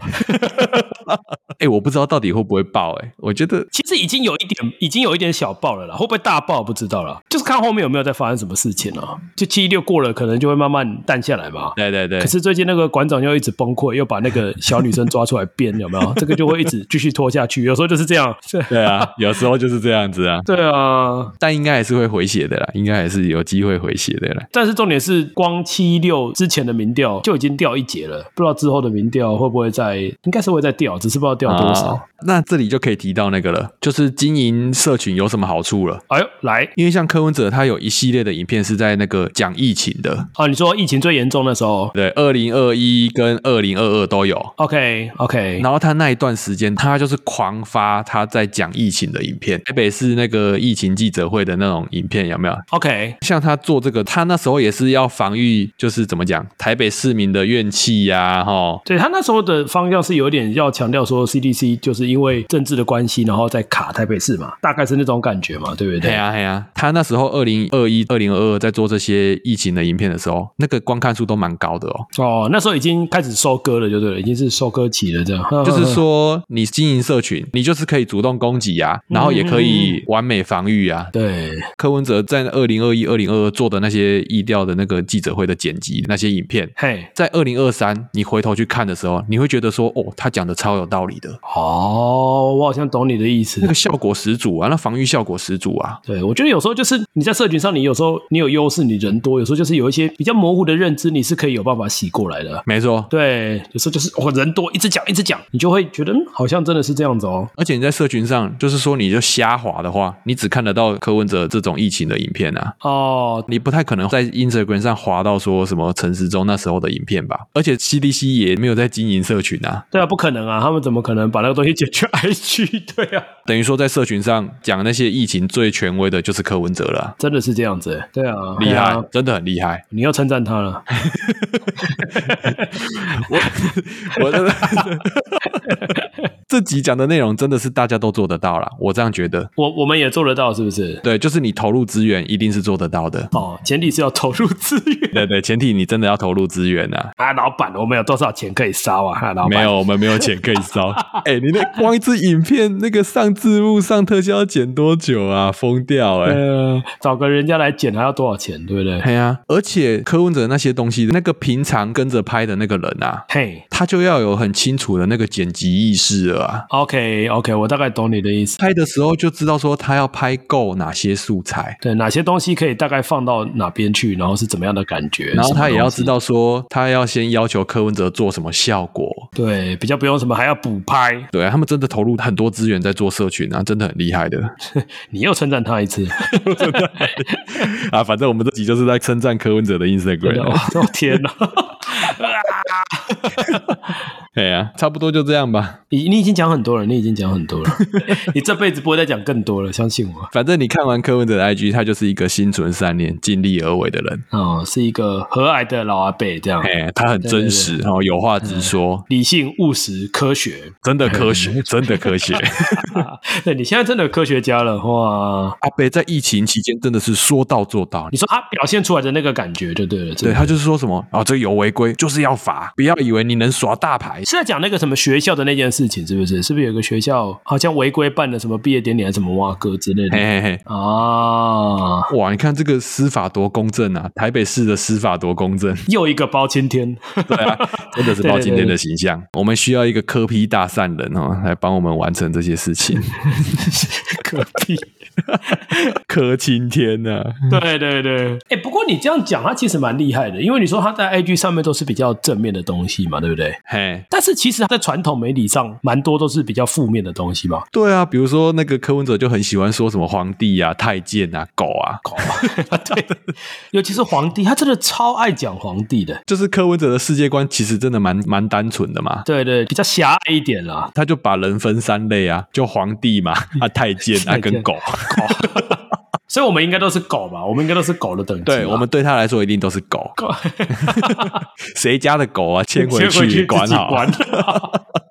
Speaker 1: 哎、我不知道到底会不会爆、欸，哎，我觉得
Speaker 2: 其实已经有一点，已经有一点小爆了啦，会不会大爆不知道啦，就是看后面有没有再发生什么事情啊。就七一六过了，可能就会慢慢淡下来嘛。
Speaker 1: 对对对
Speaker 2: 可，是最近那个馆长又一直崩溃，又把那个小女生抓出来编，有没有？这个就会一直继续拖下去，有时候就是这样。 是
Speaker 1: 对啊，有时候就是这样子啊，
Speaker 2: 对啊，
Speaker 1: 但应该还是会回血的啦，应该还是有机会回血的啦。
Speaker 2: 但是重点是，光七一六之前的民调就已经掉一截了，不知道之后的民调会不会再，应该是会再掉，只是不知道掉多少。
Speaker 1: 啊那这里就可以提到那个了，就是经营社群有什么好处了？
Speaker 2: 哎呦，来
Speaker 1: 因为像柯文哲他有一系列的影片是在那个讲疫情的，
Speaker 2: 啊！你说疫情最严重的时候
Speaker 1: 对，二零二一跟二零二二都有。
Speaker 2: ，OK OK，
Speaker 1: 然后他那一段时间，他就是狂发他在讲疫情的影片，台北市那个疫情记者会的那种影片有没有？
Speaker 2: OK，
Speaker 1: 像他做这个，他那时候也是要防御，就是怎么讲，台北市民的怨气呀、吼，
Speaker 2: 对他那时候的方向是有点要强调说 CDC 就是因为政治的关系，然后再卡台北市嘛，大概是那种感觉嘛，对不对？
Speaker 1: 啊对呀、啊、对呀、啊，他那时候二零二一、二零二二在做这些疫情的影片的时候，那个观看数都蛮高的哦。
Speaker 2: 哦，那时候已经开始收割了，就对了，已经是收割期了，这样。
Speaker 1: 就是说，你经营社群，你就是可以主动攻击啊，然后也可以完美防御啊。
Speaker 2: 对，
Speaker 1: 柯文哲在二零二一、二零二二做的那些意调的那个记者会的剪辑那些影片，
Speaker 2: 嘿，
Speaker 1: 在二零二三你回头去看的时候，你会觉得说，哦，他讲的超有道理的，
Speaker 2: 哦，我好像懂你的意思
Speaker 1: 那。个效果十足啊，那防御效果十足啊。
Speaker 2: 对，我觉得有时候就是你在社群上，你有时候你有优势，你人多，有时候就是有一些比较模糊的认知，你是可以有办法洗过来的。
Speaker 1: 没错，
Speaker 2: 对，有时候就是我、哦、人多，一直讲一直讲，你就会觉得嗯，好像真的是这样子哦。
Speaker 1: 而且你在社群上，就是说你就瞎滑的话，你只看得到柯文哲这种疫情的影片啊，
Speaker 2: 哦，
Speaker 1: 你不太可能在 Instagram 上滑到说什么陈时中那时候的影片吧？而且 CDC 也没有在经营社群啊，
Speaker 2: 对啊，不可能啊，他们怎么可能把那个东西解 决 IG？对啊，
Speaker 1: 等于说在社群上讲那些疫情最权威的就是柯文哲了啊、
Speaker 2: 真的是这样子欸，对啊，
Speaker 1: 厉
Speaker 2: 对
Speaker 1: 害
Speaker 2: 啊，
Speaker 1: 真的很厉害。
Speaker 2: 你要称赞他了，
Speaker 1: 我 我真的这集讲的内容真的是大家都做得到啦，我这样觉得。
Speaker 2: 我我们也做得到，是不是？
Speaker 1: 对，就是你投入资源一定是做得到的。
Speaker 2: 哦，前提是要投入资源
Speaker 1: 对对，前提你真的要投入资源啊。
Speaker 2: 啊，老板，我们有多少钱可以烧啊？啊老板，
Speaker 1: 没有，我们没有钱可以 烧。哎、你那光一支影片，那个上字幕、上特效要剪多久啊？疯掉哎、
Speaker 2: 呃，找个人家来剪还要多少钱，对不对？
Speaker 1: 哎呀、而且柯文哲那些东西，那个平常跟着拍的那个人啊，
Speaker 2: 嘿
Speaker 1: 他就要有很清楚的那个剪辑意识了啊。
Speaker 2: ，OK OK，我大概懂你的意思。
Speaker 1: 拍的时候就知道说他要拍够哪些素材，
Speaker 2: 对，哪些东西可以大概放到哪边去，然后是怎么样的感觉？
Speaker 1: 然后他也要知
Speaker 2: 道，
Speaker 1: 道说他要先要求柯文哲做什么效果。
Speaker 2: 对，比较不用什么还要补拍。
Speaker 1: 对啊，他们真的投入很多资源在做社群啊，真的很厉害的
Speaker 2: 你又称赞他一次，
Speaker 1: 啊。反正我们这集就是在称赞柯文哲的
Speaker 2: 真的
Speaker 1: Instagram
Speaker 2: 哦。，哦天哪！
Speaker 1: 对啊，差不多就这样吧。
Speaker 2: 你你已经讲很多了，你已经讲很 多了，你这辈子不会再讲更多了，相信我。
Speaker 1: 反正你看完柯文哲的 IG，他就是一个心存善念、尽力而为的人。
Speaker 2: 哦，是一个和蔼的老阿伯这样，
Speaker 1: 哎，他很真实，然后有话直说，
Speaker 2: 理性、务实、科学。
Speaker 1: 真的科学，真的科学。
Speaker 2: 啊对你现在真的有科学家了哇！
Speaker 1: 阿北在疫情期间真的是说到做到
Speaker 2: 你，说他表现出来的那个感觉就对了，真
Speaker 1: 对
Speaker 2: 的
Speaker 1: 他就是说什么啊、这有违规就是要罚，不要以为你能耍大牌。
Speaker 2: 是在讲那个什么学校的那件事情，是不是？是不是有个学校好像违规办了什么毕业典礼还是什么哇哥之类
Speaker 1: 嘿
Speaker 2: 的
Speaker 1: 嘿嘿，
Speaker 2: 啊？
Speaker 1: 哇！你看这个司法多公正啊，台北市的司法多公正，
Speaker 2: 又一个包青天，
Speaker 1: 对啊，真的是包青天的形象。我们需要一个科批大善人哦，来帮我们完成这些事 情。
Speaker 2: 可屁！
Speaker 1: 柯青天呐、啊，
Speaker 2: 对对对，哎、不过你这样讲，他其实蛮厉害的，因为你说他在 IG 上面都是比较正面的东西嘛，对不对？
Speaker 1: 嘿，
Speaker 2: 但是其实他在传统媒体上，蛮多都是比较负面的东西 嘛。
Speaker 1: 对啊，比如说那个柯文哲就很喜欢说什么皇帝啊、太监啊、狗啊，
Speaker 2: 狗，对，尤其是皇帝，他真的超爱讲皇帝的。
Speaker 1: 就是柯文哲的世界观其实真的蛮蛮单纯的嘛。
Speaker 2: 对对，比较狭隘一点啦。
Speaker 1: 他就把人分三类啊，就皇帝 嘛，啊太监啊
Speaker 2: 太监
Speaker 1: 跟 狗，
Speaker 2: 所以我们应该都是狗吧？我们应该都是狗的等级吧。
Speaker 1: 对我们对他来说一定都是狗，
Speaker 2: 狗
Speaker 1: 谁家的狗啊牵回
Speaker 2: 先回
Speaker 1: 去
Speaker 2: 去
Speaker 1: 管
Speaker 2: 自己
Speaker 1: 好。啊
Speaker 2: 管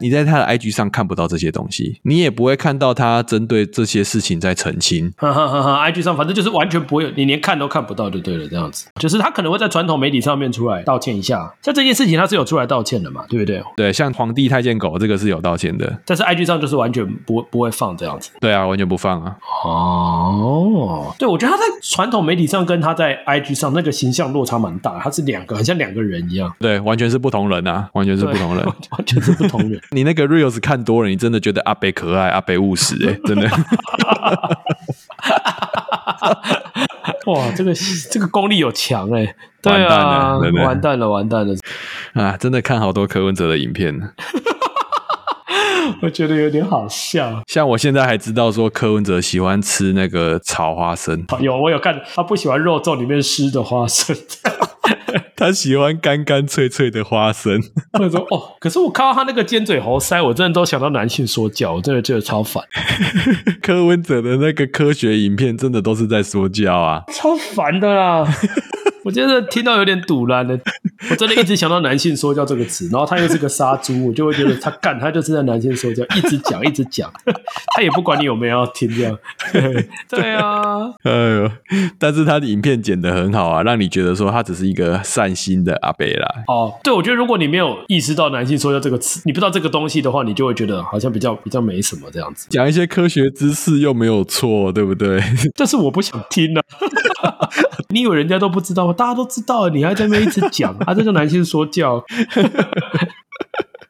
Speaker 1: 你在他的 IG 上看不到这些东西，你也不会看到他针对这些事情在澄清。
Speaker 2: 哈哈哈哈！IG 上反正就是完全不会有，你连看都看不到就对了，这样子。就是他可能会在传统媒体上面出来道歉一下，像这件事情他是有出来道歉的嘛，对不对？
Speaker 1: 对，像皇帝、太监、狗这个是有道歉的，
Speaker 2: 但是 IG 上就是完全不不会放这样子。
Speaker 1: 对啊，完全不放啊。
Speaker 2: 哦，对，我觉得他在传统媒体上跟他在 IG 上那个形象落差蛮大，他是两个，很像两个人一样，
Speaker 1: 对，完全是不同人啊，完全是不同人
Speaker 2: 对。 完全是不同 人。
Speaker 1: 你那个 reels 看多了，你真的觉得阿北可爱，阿北务实、欸，真的。
Speaker 2: 哇，这个这个功力有强哎、对
Speaker 1: 完蛋
Speaker 2: 啊
Speaker 1: 了，对不对
Speaker 2: 完蛋了，完蛋了，
Speaker 1: 啊，真的看好多柯文哲的影片呢。
Speaker 2: 我觉得有点好笑。
Speaker 1: 像我现在还知道说柯文哲喜欢吃那个炒花生，
Speaker 2: 有我有看，他不喜欢肉粽里面湿的花生。
Speaker 1: 他喜欢干干脆脆的花生。
Speaker 2: 我说哦，可是我看到他那个尖嘴猴腮，我真的都想到男性说教，我真的觉得超烦，
Speaker 1: 柯文哲的那个科学影片真的都是在说教啊。
Speaker 2: 超烦的啦。 我真的听到有点堵然的，我真的一直想到男性说教这个词，然后他又是个杀猪，我就会觉得他干他就是在男性说教，一直 讲一直讲，他也不管你有没有要听这样。对啊，
Speaker 1: 哎呦，但是他的影片剪得很好啊，让你觉得说他只是一个善心的阿贝啦。
Speaker 2: 哦，对，我觉得如果你没有意识到男性说教这个词，你不知道这个东西的话，你就会觉得好像比较比较没什么这样子。
Speaker 1: 讲一些科学知识又没有错，对不对？
Speaker 2: 但是我不想听啊！ 你以为人家都不知道吗？大家都知道，你还在那边一直讲啊，这叫男性说教。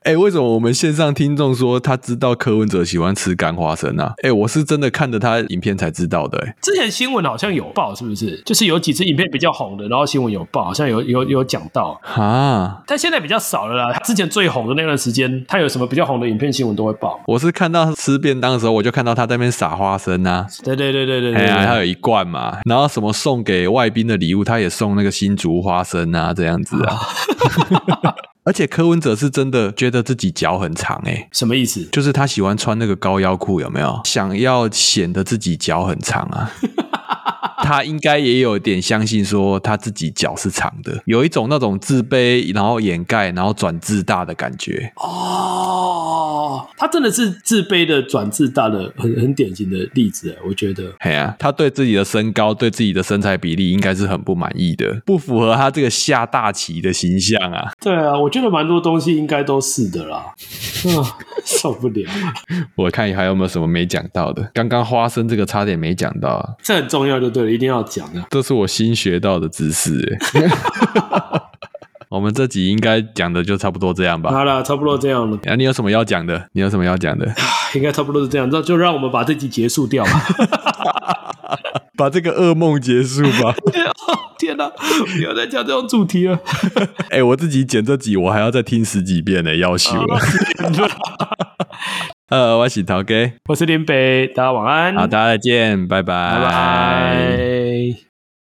Speaker 1: 哎、欸，为什么我们线上听众说他知道柯文哲喜欢吃干花生啊？哎、欸，我是真的看着他影片才知道的、欸。
Speaker 2: 之前新闻好像有报，是不是？就是有几支影片比较红的，然后新闻有报，好像有有有讲到
Speaker 1: 啊。
Speaker 2: 但现在比较少了啦。他之前最红的那段时间，他有什么比较红的影片新闻都会报。
Speaker 1: 我是看到吃便当的时候，我就看到他在那边撒花生啊。
Speaker 2: 对对对对对,對。
Speaker 1: 哎呀，他有一罐嘛，然后什么送给外宾的礼物，他也送那个新竹花生啊，这样子啊。啊 而且柯文哲是真的觉得自己脚很长诶、欸，
Speaker 2: 什么意思？
Speaker 1: 就是他喜欢穿那个高腰裤，有没有？想要显得自己脚很长 啊。他应该也有点相信说他自己脚是长的，有一种那种自卑，然后掩盖，然后转自大的感觉。
Speaker 2: 哦，他真的是自卑的转自大的很很典型的例子，我觉得。
Speaker 1: 哎呀、啊，他对自己的身高、对自己的身材比例应该是很不满意的，不符合他这个下大棋的形象啊。
Speaker 2: 对啊，我觉得蛮多东西应该都是的 啦。啊，受不了！
Speaker 1: 我看还有没有什么没讲到的？刚刚花生这个差点没讲到啊，
Speaker 2: 这很重要就对了。一定要讲啊的，
Speaker 1: 这是我新学到的知识。欸 我们这集应该讲的就差不多这样吧。
Speaker 2: 好了，差不多这样了。
Speaker 1: 啊，你有什么要讲的？你有什么要讲的？
Speaker 2: 应该差不多是这样，那就让我们把这集结束掉吧，
Speaker 1: 把这个噩梦结束吧。
Speaker 2: 天哪、啊，不要再讲这种主题了。
Speaker 1: 哎 欸，我自己剪这集，我还要再听十几遍呢、欸，要求了。呃，我是陶哥，
Speaker 2: 我是林北，大家晚安。
Speaker 1: 好，大家再见，拜拜，
Speaker 2: 拜拜。